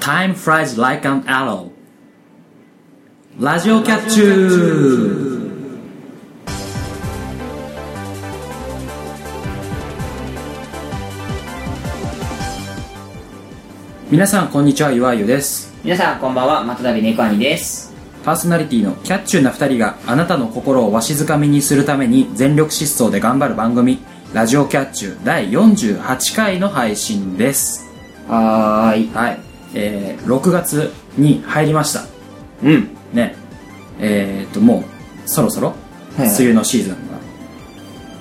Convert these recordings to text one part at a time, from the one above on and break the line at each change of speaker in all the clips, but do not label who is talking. Time flies like an arrow ラジオキャッチュー皆さんこんにちは岩井ゆです
皆さんこんばんはまたたび猫兄です
パーソナリティのキャッチューな2人があなたの心をわしづかみにするために全力疾走で頑張る番組「ラジオキャッチュー」第48回の配信です
はーい
はいえー、6月に入りました
うん
ねえー、っともうそろそろ
は
梅
いはい
雨のシーズン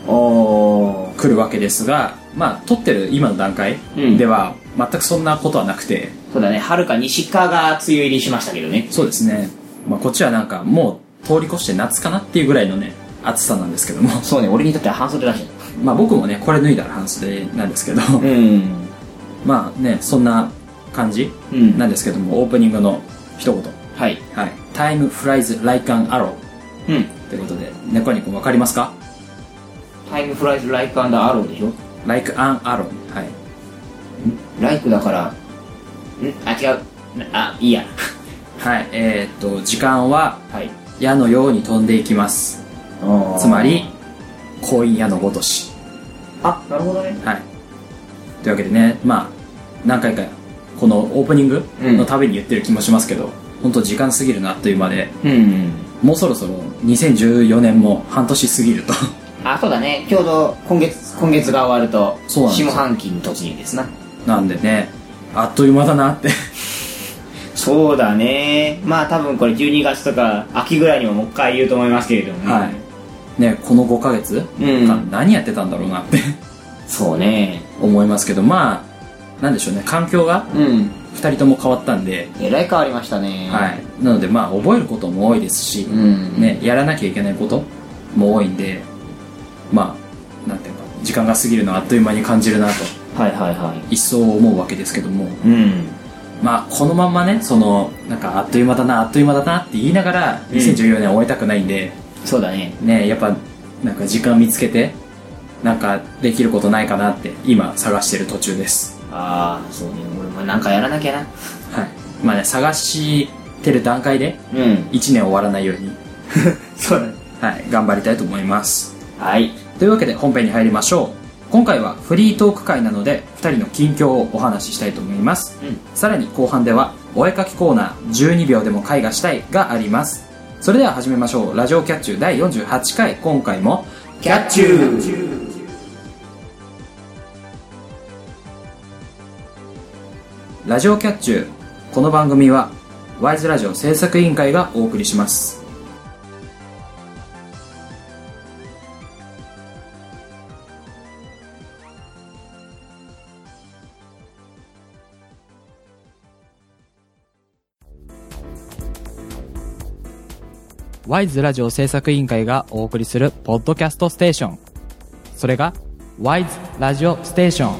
が
おー
来るわけですがまあ撮ってる今の段階
うん
では全くそんなことはなくて、
そうだねはるか西側が梅雨入りしましたけどね
そうですね、まあ、こっちはなんかもう通り越して夏かなっていうぐらいのね暑さなんですけども
そうね俺にとっては半袖だし
まあ僕もね、これ脱いだら半袖なんですけど、
ん
まあね、そんな感じ
うん
なんですけども、オープニングの一言。
はい
はい。Time flies like an arrow
うん
ということで、猫にこわかりますか
タイムフライズライクアンダーアローでしょ
?like an arrow。はい。
ライクだからんあ違うあいいや
はい。えーっと、時間は
はい
矢のように飛んでいきます。つまり、婚姻矢のごとし。
あなるほどね
はい。というわけでね、まあ、何回か、このオープニングのたびに言ってる気もしますけど、本当時間過ぎるなあっという間で、
うん
もうそろそろ2014年も半年過ぎると
あそうだねちょうど今月今月が終わると
そうなんです
下
よ
半期に突入ですな
なんでねあっという間だなって
そうだねまあ多分これ12月とか秋ぐらいにももう一回言うと思いますけれどもね、
はいねこの5ヶ月
うん
間何やってたんだろうなって
そうね
思いますけどまあなんでしょうね環境が
うん
2人とも変わったんで、
えらい変わりましたね
はいなのでまあ覚えることも多いですし、
うん
ねやらなきゃいけないことも多いんでまあなんていうか時間が過ぎるのはあっという間に感じるなと
はいはいは
一層思うわけですけども
いうん
まあこのまんまねそのなんかあっという間だなあっという間だなって言いながら
うん
2014年終えたくないんで、
そうだね
ねやっぱなんか時間見つけてなんかできることないかなって今探してる途中です
ああそうね俺もなんかやらなきゃな
はいまあね探してる段階で
うん
1年終わらないように
そうだね
はい頑張りたいと思います
はい
というわけで本編に入りましょう今回はフリートーク会なので2人の近況をお話ししたいと思います
うん
さらに後半ではお絵かきコーナー12秒でも絵画したいがありますそれでは始めましょうラジオキャッチュー第48回今回も
キャッチュー
ラジオキャッチューこの番組はワイズラジオ制作委員会がお送りしますワイズラジオ制作委員会がお送りするポッドキャストステーションそれがワイズラジオステーション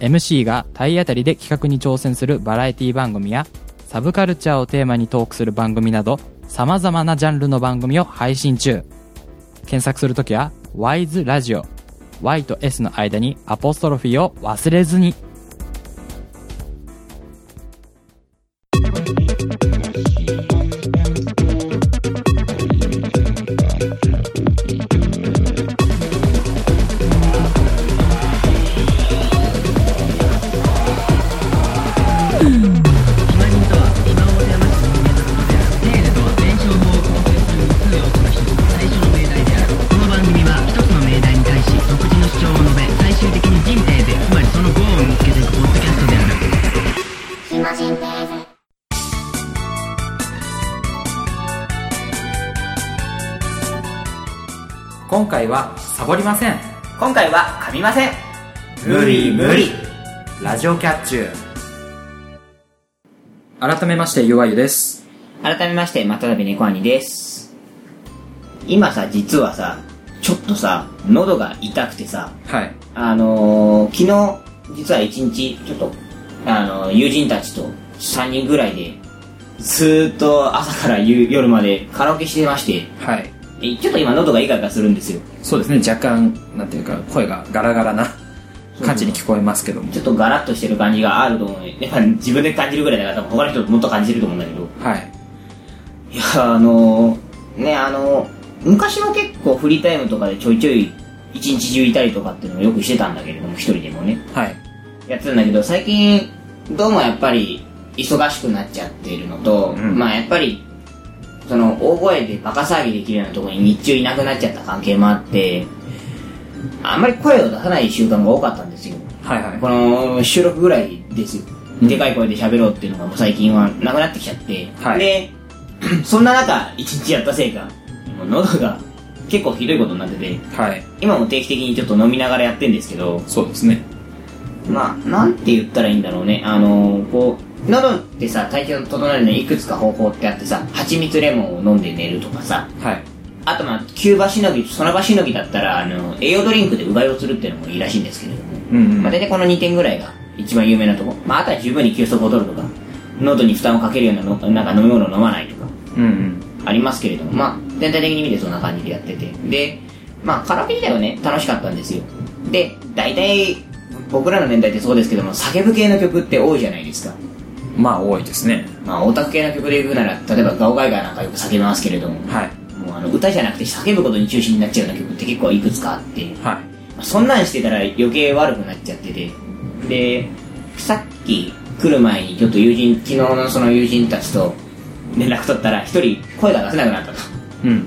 MC が体当たりで企画に挑戦するバラエティ番組やサブカルチャーをテーマにトークする番組など様々なジャンルの番組を配信中検索するときは WISE ラジオ Y と S の間にアポストロフィーを忘れずに
この番組は一つの命題に対し独自の主張を述べ最終的に人生でつまりそのゴーを見つけていくポッドキャストである
暇人テーゼ
今回はサボりません
今回は噛みません
無理無理ラジオキャッチュー改めましてゆわゆです
改めましてまたたび猫兄です今さ実はさちょっとさ喉が痛くてさ
はい
あのー、昨日、実は一日、ちょっと、あのー、友人たちと3人ぐらいで、ずーっと朝から夕夜までカラオケしてまして、
はい
えちょっと今喉がイガイガするんですよ。
そうですね若干なんていうか声がガラガラな感じに聞こえますけども、
ちょっとガラッとしてる感じがあると思うんで、やっぱ自分で感じるぐらいだから、多分他の人もっと感じると思うんだけど、
はい
いや、あのね、あの昔は結構フリータイムとかでちょいちょい一日中いたりとかっていうのをよくしてたんだけれども、一人でもね、
はい
やってたんだけど、最近、どうもやっぱり忙しくなっちゃっているのと、
うん
まあやっぱり、その大声でバカ騒ぎできるようなところに日中いなくなっちゃった関係もあって、あんまり声を出さない習慣が多かったんですよ。
はいはい
この収録ぐらいですよ、
うん
でかい声で喋ろうっていうのがもう最近はなくなってきちゃって、
はい
で そんな中一日やったせいかもう喉が結構ひどいことになってて
はい
今も定期的にちょっと飲みながらやってんですけど
そうですね
まあなんて言ったらいいんだろうねあのこう喉ってさ体調を整えるのにいくつか方法ってあってさ蜂蜜レモンを飲んで寝るとかさ
はい
あとまあキューバしのぎその場しのぎだったらあの栄養ドリンクでうがいをするっていうのもいいらしいんですけれども
うんうん
まあ、大体この2点ぐらいが一番有名なとこ、まあ、あとは十分に休息を取るとか喉に負担をかけるようなのなんか飲み物を飲まないとか
うんうん
ありますけれども、まあ、全体的に見てそんな感じでやっててで、まあ、カラオケ自体はね楽しかったんですよで大体僕らの年代ってそうですけども叫ぶ系の曲って多いじゃないですか
まあ多いですね
まあオタク系の曲で言うなら例えばガオガイガーなんかよく叫びますけれども,、
はい
もうあの歌じゃなくて叫ぶことに中心になっちゃうような曲って結構いくつかあって
は
そんなんしてたら余計悪くなっちゃってて。で、さっき来る前にちょっと友人、昨日のその友人たちと連絡取ったら、一人声が出せなくなったと。
いうん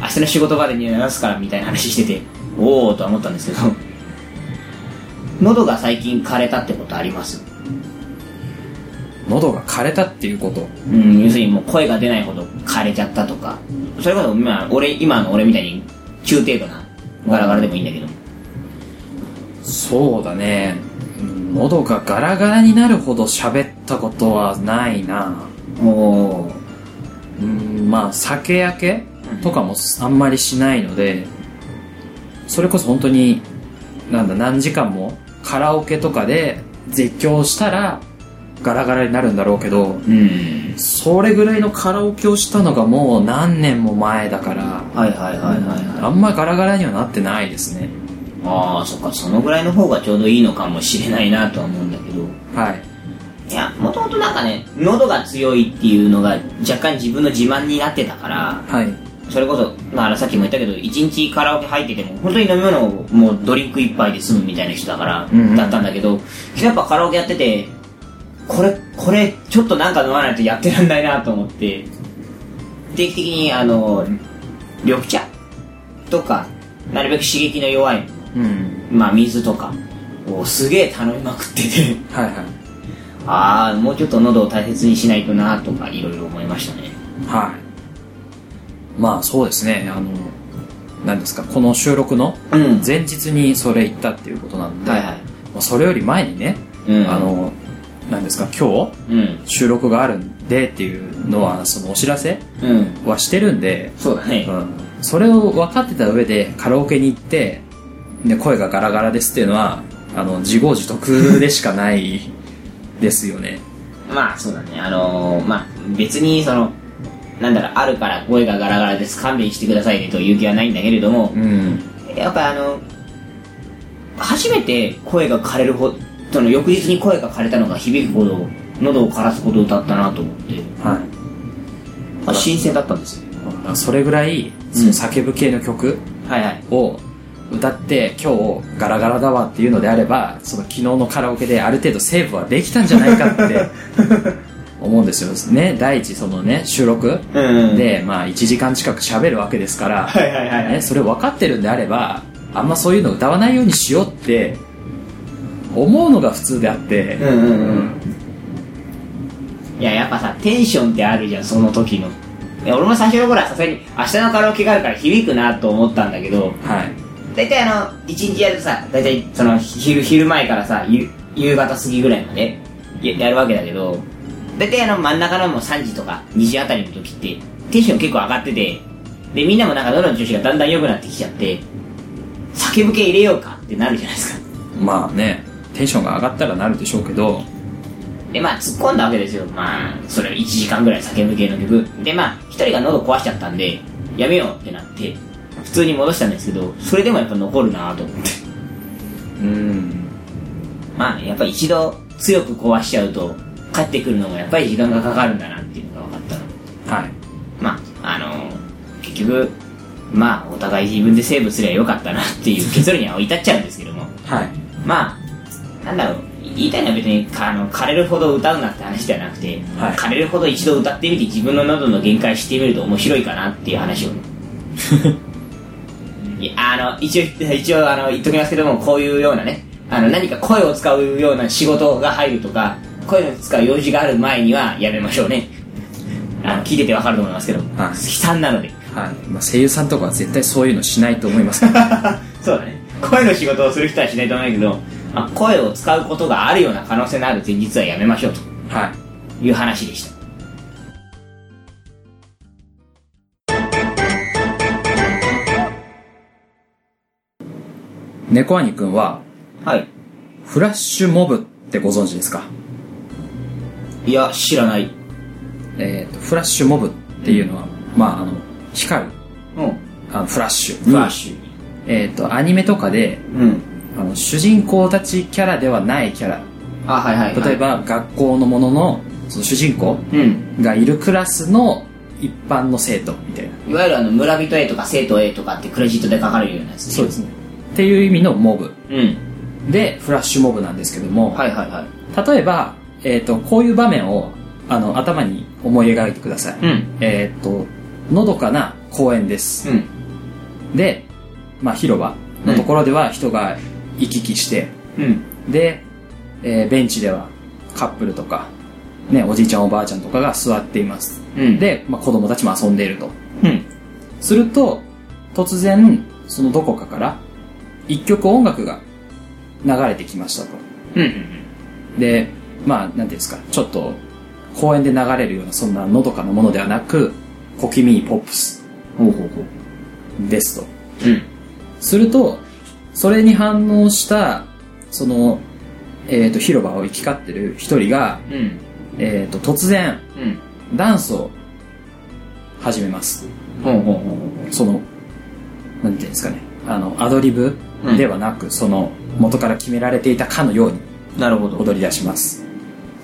明日の仕事場で出すからみたいな話してて、おーとは思ったんですけど、 喉が最近枯れたってことあります
喉が枯れたっていうこと
うん、要するにもう声が出ないほど枯れちゃったとか、それこそ今、俺、今の俺みたいに中程度なガラガラでもいいんだけど、
そうだねうん喉がガラガラになるほど喋ったことはないな
おー、
うんまあ酒焼けとかもあんまりしないのでそれこそ本当になんだ何時間もカラオケとかで絶叫したらガラガラになるんだろうけど
うん。
それぐらいのカラオケをしたのがもう何年も前だから
はいはいはいはい、はい。
あんまガラガラにはなってないですね
ああそっかそのぐらいの方がちょうどいいのかもしれないなとは思うんだけど
はい
いやもともとなんかね喉が強いっていうのが若干自分の自慢になってたから
はい
それこそ、まあ、さっきも言ったけど一日カラオケ入ってても本当に飲み物をもうドリンク一杯で済むみたいな人だから、
うんうん
だったんだけどやっぱカラオケやっててこれこれちょっとなんか飲まないとやってらんないなと思って定期的にあの緑茶とかなるべく刺激の弱いもの
うん
まあ水とかをすげえ頼みまくってて
はいはい
ああもうちょっと喉を大切にしないとなとかいろいろ思いましたね
はいまあそうですねあの何ですかこの収録の
うん
前日にそれ行ったっていうことなんで、
はいはい
まあそれより前にね、
うん
あのなんですか今
うん
日収録があるんでっていうのはそのお知らせ
うん
はしてるんで、
そうだ
う
ね
ん、それを分かってた上でカラオケに行ってで声がガラガラですっていうのはあの自業自得でしかない ですよね
まあそうだねあのー、まあ別にそのなんだろうあるから声がガラガラです勘弁してくださいねという気はないんだけれども
うん
やっぱあの初めて声が枯れるほどその翌日に声が枯れたのが響くほど喉を枯らすほどだったなと思って
はい
まあ新鮮だったんですよ
まあそれぐらいその叫ぶ系の曲
はいはい
を歌って今日ガラガラだわっていうのであればその昨日のカラオケである程度セーブはできたんじゃないかって 思うんですよね第一そのね収録
うんうん
で、まあ、1時間近く喋るわけですから、
はいはいはいはい
ね、それ分かってるんであればあんまそういうの歌わないようにしようって思うのが普通であって、
うんうんうんいややっぱさテンションってあるじゃんその時のいや俺も最初の頃はさすがに明日のカラオケがあるから響くなと思ったんだけど
はい
大体あの一日やるとさ大体その昼昼前からさ夕夕方過ぎぐらいまでややるわけだけど大体あの真ん中のもう3時とか2時あたりの時ってテンション結構上がっててでみんなもなんか喉の調子がだんだん良くなってきちゃって叫ぶ系入れようかってなるじゃないですか
まあねテンションが上がったらなるでしょうけど
でまあ突っ込んだわけですよまあそれ1時間ぐらい叫ぶ系の曲でまあ一人が喉壊しちゃったんでやめようってなって普通に戻したんですけどそれでもやっぱ残るなと思って
うん
まあ、やっぱり一度強く壊しちゃうと、勝ってくるのもやっぱり時間がかかるんだなっていうのが分かったの。
はい。
まあ、あの結局、まあ、お互い自分でセーブすればよかったなっていう結論には至っちゃうんですけども。
はい。
まあ、なんだろう、言いたいのは別にかあの枯れるほど歌うなって話じゃなくて、
はい
枯れるほど一度歌ってみて自分の喉の限界してみると面白いかなっていう 話を。いやあの一応一応あの言っときますけどもこういうようなねあの何か声を使うような仕事が入るとか声を使う用事がある前にはやめましょうねあの聞いててわかると思いますけど、
はい
悲惨なので
はい。まあ、声優さんとかは絶対そういうのしないと思いますけど。
そうだね声の仕事をする人はしないと思うけど、まあ、声を使うことがあるような可能性のある前日はやめましょうと
はい。
いう話でした
猫兄くんは、
はい
フラッシュモブってご存知ですか
いや知らない
えっ、と、フラッシュモブっていうのは、まあ、あの、光る、
うん
あの、フラッシュ。
フラッシ
ュ。えっ、と、アニメとかで、
ュうん
あの、主人公たちキャラではないキャラ。
あはいはい、はい、
例えば、学校のものの、その主人公
うん
がいるクラスの一般の生徒みたいな。
いわゆるあの村人 A とか生徒 A とかってクレジットで書かれるようなやつ
そうですね。っていう意味のモブ。
うん
で、フラッシュモブなんですけども、
はいはいはい
例えば、えっ、と、こういう場面を、あの、頭に思い描いてください。
うん
えっ、と、のどかな公園です。
うん
で、まあ、広場のところでは人が行き来して、
うん
で、えーベンチではカップルとか、ね、おじいちゃんおばあちゃんとかが座っています。
うん
で、まあ、子供たちも遊んでいると。
うん
すると、突然、そのどこかから、一曲音楽が流れてきましたと。
うん
で、まあ、なんていうんですか、ちょっと、公園で流れるような、そんなのどかなものではなく、小気味いいポップス
ほうほうほう
ですと。
うん
すると、それに反応した、その、えっ、と、広場を行き交ってる一人が、
うん
えっ、と、突然、
うん
ダンスを始めます。
ほうほうほうほ
その、なんていうんですかね、あの、アドリブではなく、その、元から決められていたかのように
うなるほど
踊り出します。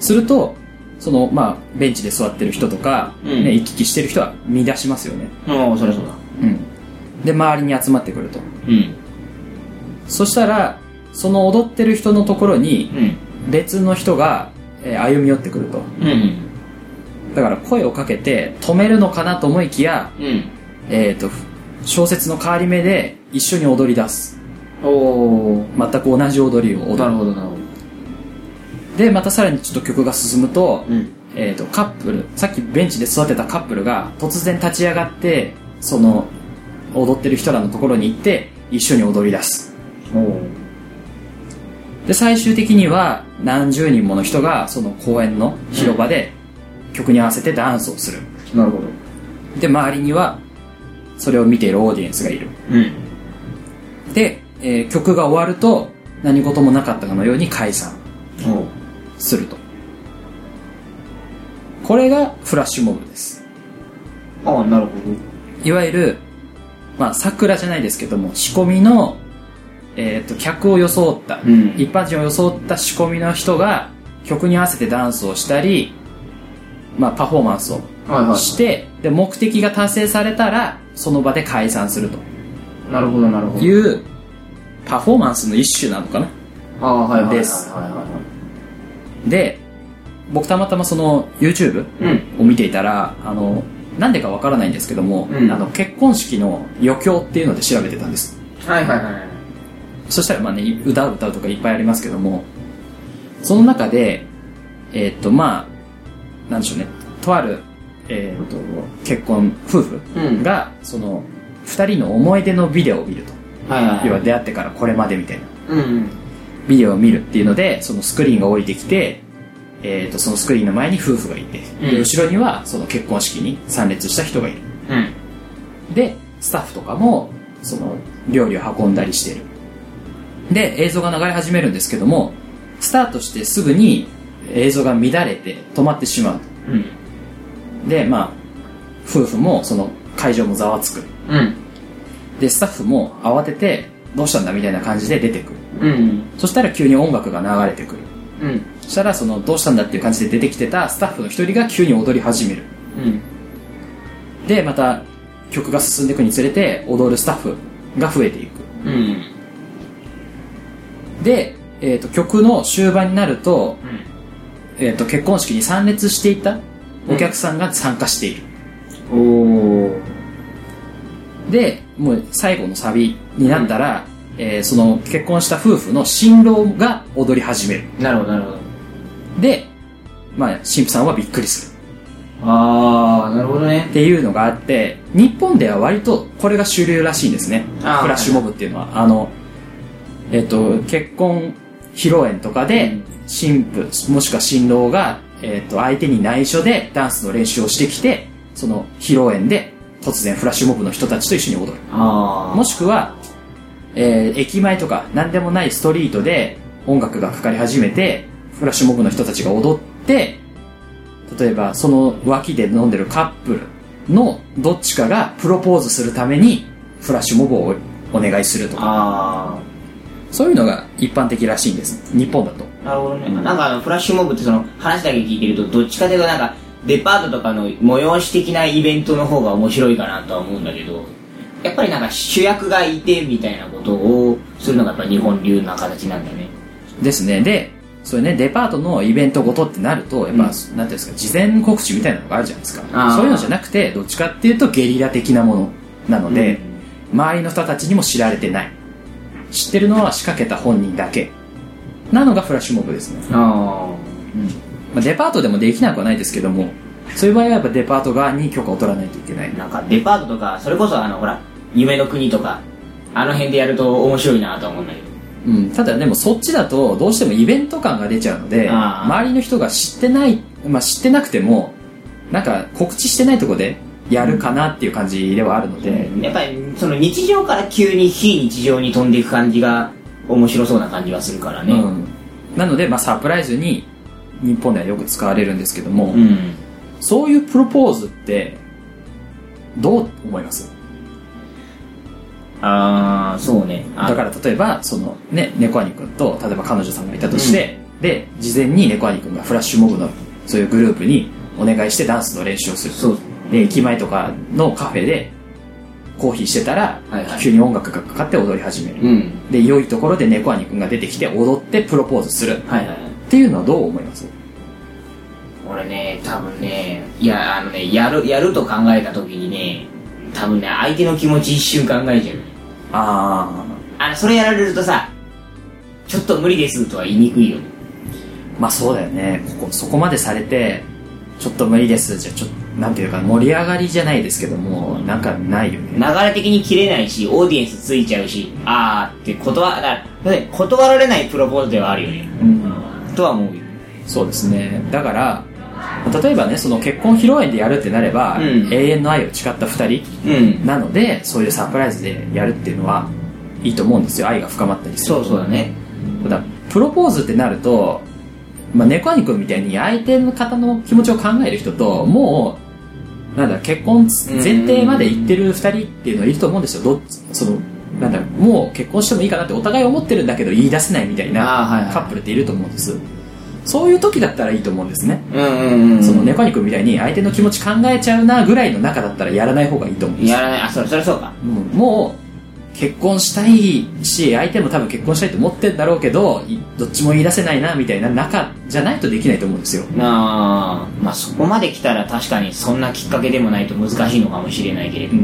すると、その、まあ、ベンチで座ってる人とか、
うん
ね、行き来してる人は見出しますよね。
うんそりゃそうだ
うん。で、周りに集まってくると。
うん
そしたら、その踊ってる人のところに、
うん
別の人が、えー歩み寄ってくると。
うん
だから声をかけて止めるのかなと思いきや、
うん
えっ、と、小説の変わり目で一緒に踊り出す。
おお
全く同じ踊りを踊
なる
る。
ほどなるほど
で、またさらにちょっと曲が進むと、
うん
えっ、と、カップル、さっきベンチで座ってたカップルが突然立ち上がって、その、踊ってる人らのところに行って、一緒に踊り出す。
おお
で、最終的には何十人もの人が、その公園の広場で曲に合わせてダンスをする。
なるほど
で、周りには、それを見ているオーディエンスがいる。
うん
で、えー曲が終わると、何事もなかったかのように解散
お
すると。これがフラッシュモブです。
おああなるほ
いわゆる、まあ、桜じゃないですけども、仕込みの、えっ、と、客を装った、
うん
一般人を装った仕込みの人が、曲に合わせてダンスをしたり、まあ、パフォーマンスを
どはいは
して、で、目的が達成されたら、その場で解散すると
いなるほどなるほど
いう、パフォーマンスの一種なのかな。
ああはいはいはいはい
です
は
で、僕たまたまその、YouTube
いはいうん
を見ていたら、あの、なんでかわからないんですけども、
うん
あの、結婚式の余興っていうので調べてたんです。
はいはいはいはい
そしたらまあね、歌を歌うとかいっぱいありますけども、その中で、えーっとまあ、なんでしょうね、とある、えーっと、結婚、夫
うん
婦が、その、二人の思い出のビデオを見ると。
はいはいはい
要は出会ってからこれまでみたいな。
うんうん
ビデオを見るっていうので、そのスクリーンが降りてきて、えーっと、そのスクリーンの前に夫婦がいて、
う
で、
ん
後ろにはその結婚式に参列した人がいる。
うん
で、スタッフとかも、その、料理を運んだりしてる。で、映像が流れ始めるんですけども、スタートしてすぐに映像が乱れて止まってしまう。
うん
で、まあ、夫婦も、その、会場もざわつく。
うん
で、スタッフも慌てて、どうしたんだみたいな感じで出てくる。
うん
そしたら急に音楽が流れてくる
うん
そしたらそのどうしたんだっていう感じで出てきてたスタッフの一人が急に踊り始める
うん
でまた曲が進んでいくにつれて踊るスタッフが増えていく
うん
で、えー、と曲の終盤になると,、
ん
えー、と結婚式に参列していたお客さんが参加している、
おお
でもう最後のサビになったら、えーその結婚した夫婦の新郎が踊り始める
なるほどなるほど
で、まあ、神父さんはびっくりする
ああなるほどね
っていうのがあって日本では割とこれが主流らしいんですねフ
あー
ラッシュモブっていうのはあの、えー、と結婚披露宴とかで新婦もしくは新郎が、えー、と相手に内緒でダンスの練習をしてきてその披露宴で突然フラッシュモブの人たちと一緒に踊る
あ
もしくは、えー駅前とか何でもないストリートで音楽がかかり始めて、フラッシュモブの人たちが踊って、例えばその脇で飲んでるカップルのどっちかがプロポーズするためにフラッシュモブをお願いするとか、
あ
そういうのが一般的らしいんです。日本だと。
あなるほどね、なんかあのフラッシュモブってその話だけ聞いてるとどっちかというとなんかデパートとかの催し的なイベントの方が面白いかなとは思うんだけどやっぱりなんか主役がいてみたいなことをするのがやっぱ日本流な形なんだね
ですね。で、それね、デパートのイベントごとってなると、やっぱ、なんていうんですか、事前告知みたいなのがあるじゃないです
あ
か。
ー
そういうのじゃなくて、どっちかっていうとゲリラ的なものなので、周りの人たちにも知られてない。知ってるのは仕掛けた本人だけ。なのがフラッシュモブですね。
あ
まあ、デパートでもできなくはないですけども、そういう場合はやっぱデパート側に許可を取らないといけない
あ。なんかデパートとかそれこそあのほら夢の国とかあの辺でやると面白いなとは思うんだけど
うん、ただでもそっちだとどうしてもイベント感が出ちゃうので
あー
周りの人が知ってない、まあ、知ってなくてもなんか告知してないとこでやるかなっていう感じではあるので、
やっぱりその日常から急に非日常に飛んでいく感じが面白そうな感じはするからね
うんなので、まあ、サプライズに日本ではよく使われるんですけども、
うん
そういうプロポーズってどう思います
ああそうねあ
だから例えばそのね猫兄君と例えば彼女さんがいたとして、で事前に猫兄君がフラッシュモブのそういうグループにお願いしてダンスの練習をする
そう
で駅前とかのカフェでコーヒーしてたら、
はいはい
急に音楽がかかって踊り始める、
うん
で良いところで猫兄君が出てきて踊ってプロポーズする
はいはい
っていうのはどう思います
俺ね多分ねいやあのねやるやると考えた時にね多分ね相手の気持ち一瞬考えちゃう
あ
あのそれやられるとさちょっと無理ですとは言いにくいよね
あまあそうだよねここそこまでされてちょっと無理ですじゃあちょっとなんていうか盛り上がりじゃないですけどもなんかないよね
流れ的に切れないしオーディエンスついちゃうしあーって断だからね断られないプロポーズではあるよね、とは思うよ
そうですねだから例えばねその結婚披露宴でやるってなれば、
うん
永遠の愛を誓った2
うん
人なのでそういうサプライズでやるっていうのはいいと思うんですよ愛が深まったりする
そうそうだね
ただプロポーズってなると、まあ、猫兄君みたいに相手の方の気持ちを考える人ともうなんだ結婚前提まで行ってる2人っていうのはいると思うんですよどっちそのなんだもう結婚してもいいかなってお互い思ってるんだけど言い出せないみたい
あーはい
な
はい
カップルっていると思うんですそういう時だったらいいと思うんですね、
うんうんうん
その猫兄君みたいに相手の気持ち考えちゃうなぐらいの中だったらやらない方がいいと思うんです
やらないあそれそれそうか
うんもう結婚したいし相手も多分結婚したいと思ってんだろうけどいどっちも言い出せないなみたいな仲じゃないとできないと思うんですよ
なあまあそこまで来たら確かにそんなきっかけでもないと難しいのかもしれないけれど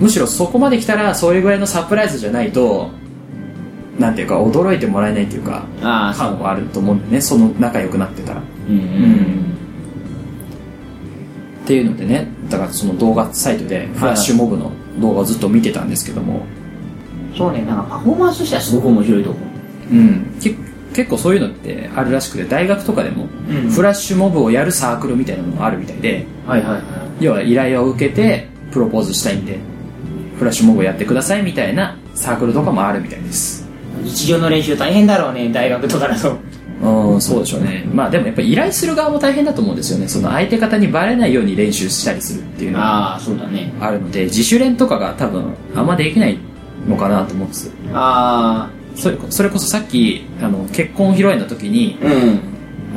むしろそこまで来たらそれぐらいのサプライズじゃないとなんていうか驚いてもらえないというか
ああ
感はあると思うんだよねその仲良くなってたらっ
うんうん
ていうのでねだからその動画サイトでフラッシュモブの動画をずっと見てたんですけども、
そうねなんかパフォーマンスとしてはすごく面白いと思う
うん、け結構そういうのってあるらしくて大学とかでも
うん
フラッシュモブをやるサークルみたいなのもあるみたいで、
はいはいはい
要は依頼を受けてプロポーズしたいんでフラッシュモブやってくださいみたいなサークルとかもあるみたいです
日常の練習大変だろうね大学とかだと
うんそうでしょうねまあでもやっぱり依頼する側も大変だと思うんですよねその相手方にバレないように練習したりするっていうのが
ああそうだね
あるので自主練とかが多分あんまできないのかなと思うんです
ああ
それこそれこそさっきあの結婚披露宴の時に
うん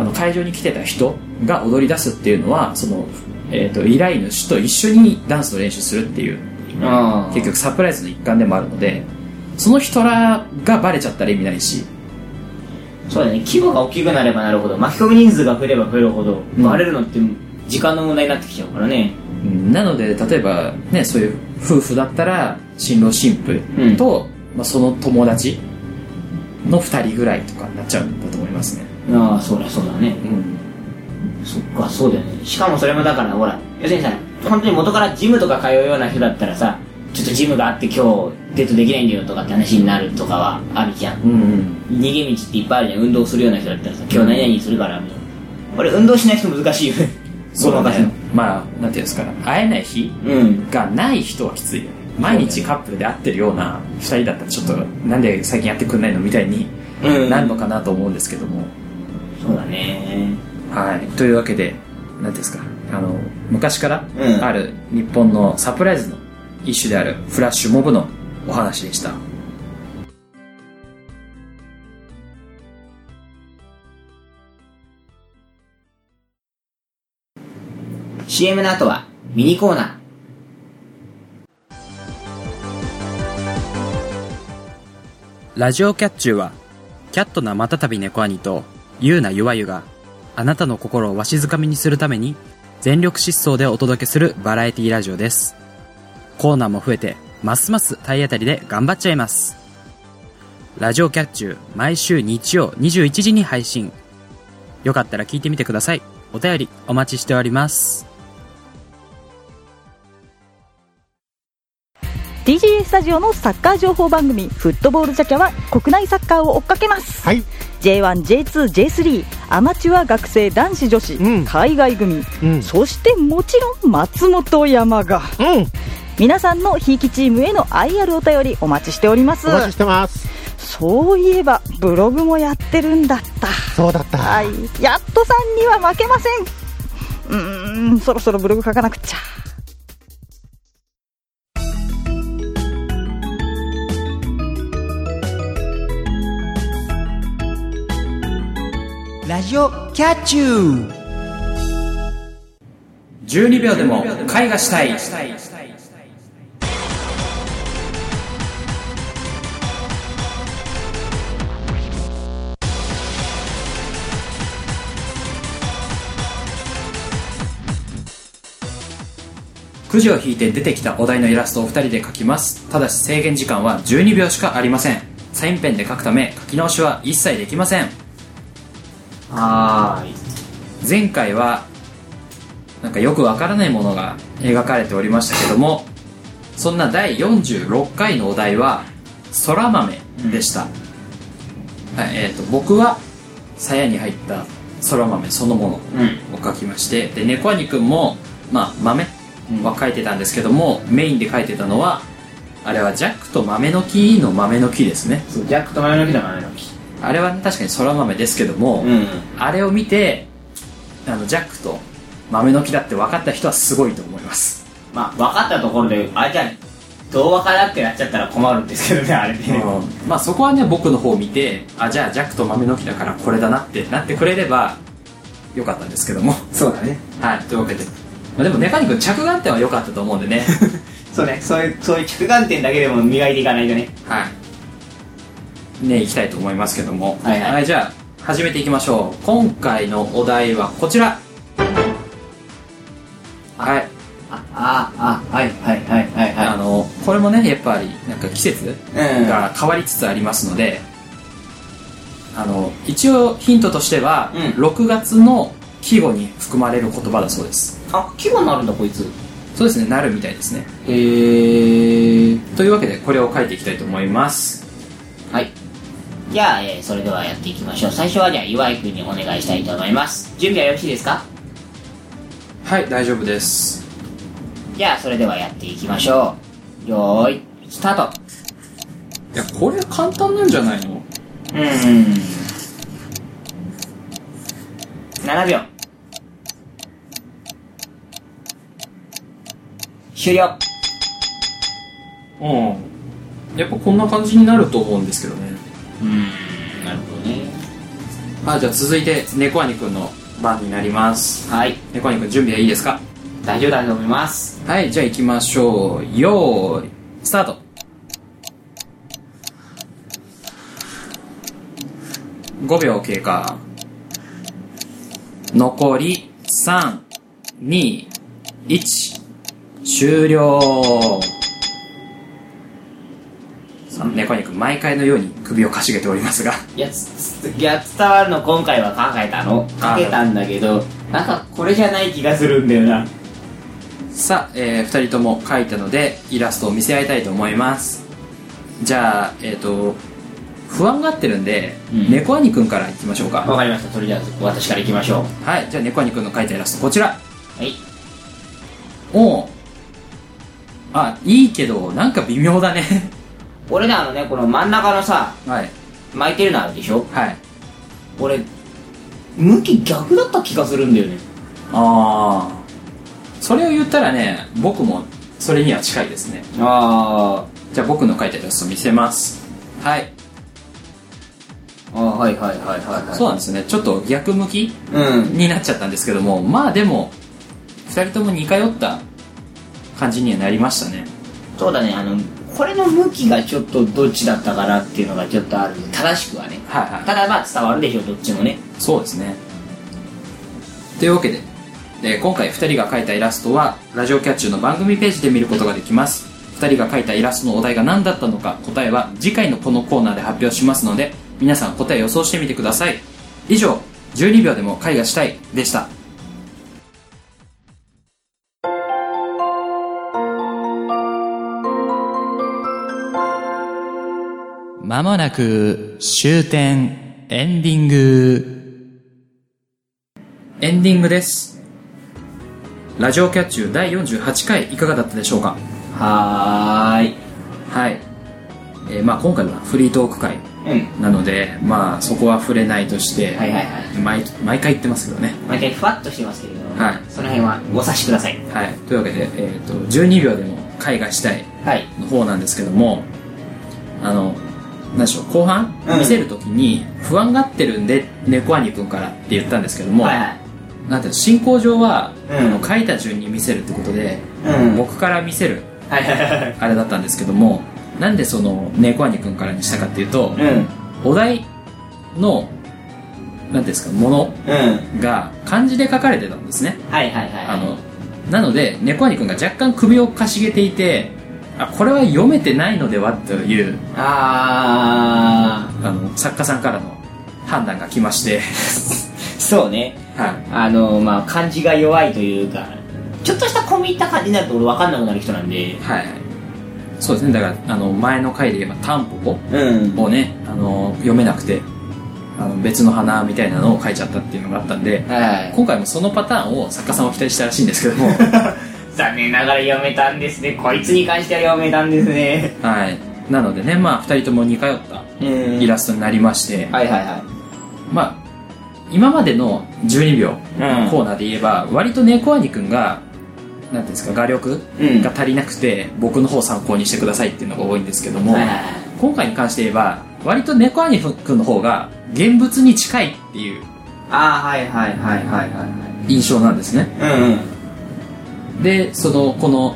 あの会場に来てた人が踊り出すっていうのはその、えー、と依頼主と一緒にダンスの練習するっていう
あー
結局サプライズの一環でもあるのでその人らがバレちゃったら意味ないし
そうだね規模が大きくなればなるほど巻き込み人数が増えれば増えるほど
うん
バレるのって時間の問題になってきちゃうからね
うんなので例えばねそういう夫婦だったら新郎新婦と、まあ、その友達の2人ぐらいとかになっちゃうんだと思いますね
ああそうだそうだね
うん
そっかそうだよねしかもそれもだからほら要するにさ本当に元からジムとか通うような人だったらさちょっとジムがあって今日デートできないんだよとかって話になるとかはあるじゃん
うんうん
逃げ道っていっぱいあるじゃん運動するような人だったらさ今日何々するからみたいな俺運動しない人難しいよね
そうだ
ごまかす
ね
の
まあなんていうんですか会えない日
うん
がない人はきついよね毎日カップルで会ってるような2人だったらちょっとなんで最近やってくんないのみたいに
うん
なるのかなと思うんですけども、
そうだね
はい、というわけで何ですかあの昔から
うん
ある日本のサプライズの一種であるフラッシュモブのお話でした
CM の後はミニコーナ
ラジオキャッチューは、キャットなまたたび猫兄と、ゆうなゆわゆが、あなたの心をわしづかみにするために、全力疾走でお届けするバラエティラジオです。コーナーも増えて、ますます体当たりで頑張っちゃいます。ラジオキャッチュー、毎週日曜21時に配信。よかったら聞いてみてください。お便りお待ちしております。
TGA スタジオのサッカー情報番組「フットボールチャチャ」は国内サッカーを追っかけます、
はい
J1J2J3 アマチュア学生男子女子、
うん
海外組
うん
そしてもちろん松本山が
うん
皆さんのひいきチームへの IR お便りお待ちしております
お待ちしてます
そういえばブログもやってるんだった
そうだった、
はいやっとさんには負けませんうーんそろそろブログ書かなくちゃ
ラジオキャッチュー
12秒でも絵画したいくじを引いて出てきたお題のイラストを2人で描きますただし制限時間は12秒しかありませんサインペンで描くため描き直しは一切できません
ーはーい
前回はなんかよくわからないものが描かれておりましたけどもそんな第46回のお題は「そら豆」でした、はいえー、と僕は鞘に入ったそら豆そのものを描きましてで猫兄くんも、まあ、豆は描いてたんですけどもメインで描いてたのはあれはジャックと豆の木の豆の木ですね
そうジャックと前の木と前の木
あれは、ね、確かにそら豆ですけども、
うん
あれを見てあのジャックと豆の木だって分かった人はすごいと思います、
まあ分かったところであじゃあ童話かだってやっちゃったら困るんですけどねあれね
まあそこはね僕の方を見てあじゃあジャックと豆の木だからこれだなってなってくれればよかったんですけど も
そうだね
はいというわけで、まあ、でもネカニ君着眼点は良かったと思うんで ね
そうねそういうそういう着眼点だけでも磨いていかないとね
はいね行きたいと思いますけども
はいはい
じゃあ始めていきましょう今回のお題はこちらはい
あああはいはいはいはい
あのこれもねやっぱりなんか季節
うん
が変わりつつありますので、あの一応ヒントとしては、
うん
6月の季語に含まれる言葉だそうです
あ規模になるんだこいつ
そうですねなるみたいですね
へえ
というわけでこれを書いていきたいと思います
はいじゃあ、えーそれではやっていきましょう最初はじゃあ岩井君にお願いしたいと思います準備はよろしいですか
はい大丈夫です
じゃあそれではやっていきましょうよーいスタート
いやこれ簡単なんじゃないの
うーん7秒終了
うんやっぱこんな感じになると思うんですけどね
うんなるほどね
あじゃあ続いて猫兄くんの番になります
はい
猫兄くん準備はいいですか
大丈夫だと思います
はいじゃあ行きましょうよーいスタート5秒経過残り321終了さあ猫兄くん毎回のように首をかしげておりますが
いやつついや伝わるの今回は考えたのかけたんだけどなんかこれじゃない気がするんだよな
さあ、え2人とも書いたのでイラストを見せ合いたいと思いますじゃあえっ、と不安がってるんで、
うん
猫兄くんからいきましょうか
わかりましたそれじゃあ私から行きましょう
はいじゃあ猫兄くんの書いたイラストこちら
はい
おおあいいけどなんか微妙だね
俺ねあのねこの真ん中のさ
はい
巻いてるのあるでしょ
はい
俺向き逆だった気がするんだよね
ああそれを言ったらね僕もそれには近いですね
あ
じゃあ僕の書いたイラスト見せますはい
ああはいはいはいはいはい
そうなんですねちょっと逆向き
うん
になっちゃったんですけどもまあでも2人とも似通った感じにはなりましたね
そうだねあのこれの向きがちょっとどっちだったかなっていうのがちょっとある正しくはね
はい
ただまあ伝わるでしょどっちもね
いそうですねというわけで、えー今回2人が描いたイラストはラジオキャッチュの番組ページで見ることができます2人が描いたイラストのお題が何だったのか答えは次回のこのコーナーで発表しますので皆さん答え予想してみてください以上12秒でも絵画したいでした
まもなく終点エンディング。
エンディングですラジオキャッチュ第48回いかがだったでしょうか
はーい
はい、えーまあ、今回はフリートーク会
うん
なので、まあ、そこは触れないとして、
はいはいはい
毎毎回言ってますけどね、
毎回ふわっとしてますけれど
はい
その辺はご察しください
はい、というわけで、えー、と12秒でも絵画したい
はい
の方なんですけどもあの何でしょう後半
うん
見せる時に不安がってるんで猫兄くんからって言ったんですけども、
はいはい
なんていうの進行上は、
うん
あの書いた順に見せるってことで、
うん
僕から見せる
はいはいはい
あれだったんですけどもなんでその猫兄くんからにしたかっていうと、
うん
お題の何ていうんですかもの
うん
が漢字で書かれてたんですね
はいはいはい
あのなので猫兄くんが若干首をかしげていてあこれは読めてないのではという
あ
あの作家さんからの判断が来まして
ーそうね
はい
あのまあ感じが弱いというかちょっとした込み入った感じになると俺分かんなくなる人なんで
はいそうですねだからあの前の回で言えば「タンポポ
うん」
をねあの読めなくてあの別の花みたいなのを書いちゃったっていうのがあったんで
はい
今回もそのパターンを作家さんは期待したらしいんですけど も
残念ながら読めたんですねこいつに関しては読めたんですね
はい、なのでね、まあ、2人とも似通った
うん
イラストになりまして、
はいはいはい
まあ、今までの12秒
うん
コーナーで言えば、割と猫兄くんが、なんていうんですか、画力
うん
が足りなくて、僕の方を参考にしてくださいっていうのが多いんですけども、
はいはいはい
今回に関して言えば、割と猫兄くんの方が現物に近いっていう
あーはいはいはいはいは
印象なんですね。
いはいうんうん
で、その、この、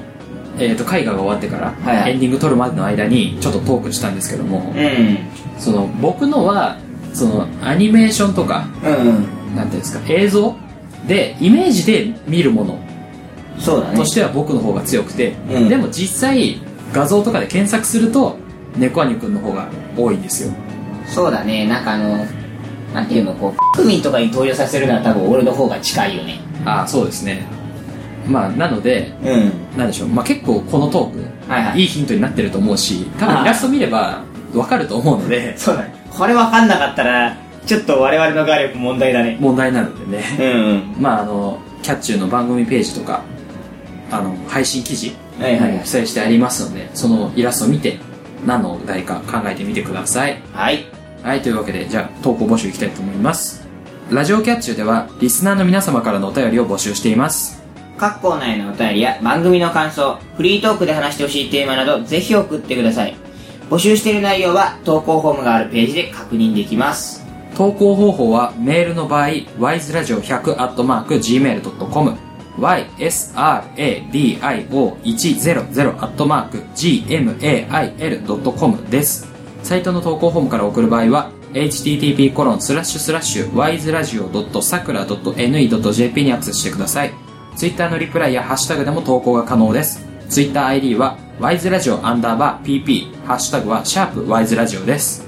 えー、と絵画が終わってから、
はいはい
エンディング撮るまでの間にちょっとトークしたんですけども、
う
その僕のはそのアニメーションとか
んうんうん
なんていうんですか映像でイメージで見るもの
そうだね
としては僕の方が強くて、
うん
でも実際画像とかで検索すると猫兄くんの方が多いんですよ
そうだねなんかあのなんていうのこうクミンとかに登場させるなら多分俺の方が近いよね
ああそうですねまあなので
うん
なんでしょう、まあ、結構このトーク、
はいはい
いヒントになってると思うし多
あ
分
ー
イラスト見ればわかると思うので
そうだねこれ分かんなかったらちょっと我々の画力問題だね
問題なのでね
うんうん
まああのキャッチューの番組ページとかあの配信記事
はいはいはい
記載してありますのでそのイラストを見て何のお題か考えてみてください
はい
はいというわけでじゃあ投稿募集いきたいと思いますラジオキャッチューではリスナーの皆様からのお便りを募集しています
各コーナーへのお便りや番組の感想フリートークで話してほしいテーマなどぜひ送ってください募集している内容は投稿フォームがあるページで確認できます。
投稿方法はメールの場合 wiseradio100-gmail.com ysradio100-gmail.com ですサイトの投稿フォームから送る場合は http://wiseradio.sakura.ne.jp にアクセスしてくださいツイッターのリプライやハッシュタグでも投稿が可能ですツイッター ID は wiseradio アンダーバー pp ハッシュタグはシャープ wiseradio です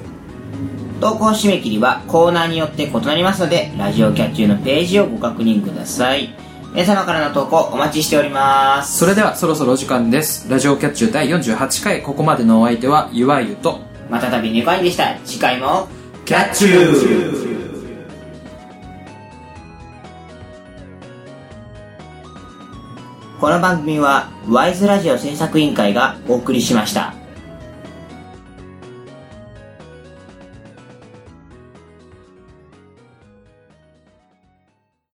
投稿締め切りはコーナーによって異なりますので、ラジオキャッチューのページをご確認ください。皆様からの投稿お待ちしております。
それではそろそろお時間です。ラジオキャッチュー第48回、ここまでのお相手は、ゆわゆと、
またたび猫兄でした。次回も、
キャッチュー
この番組は、ワイズラジオ制作委員会がお送りしました。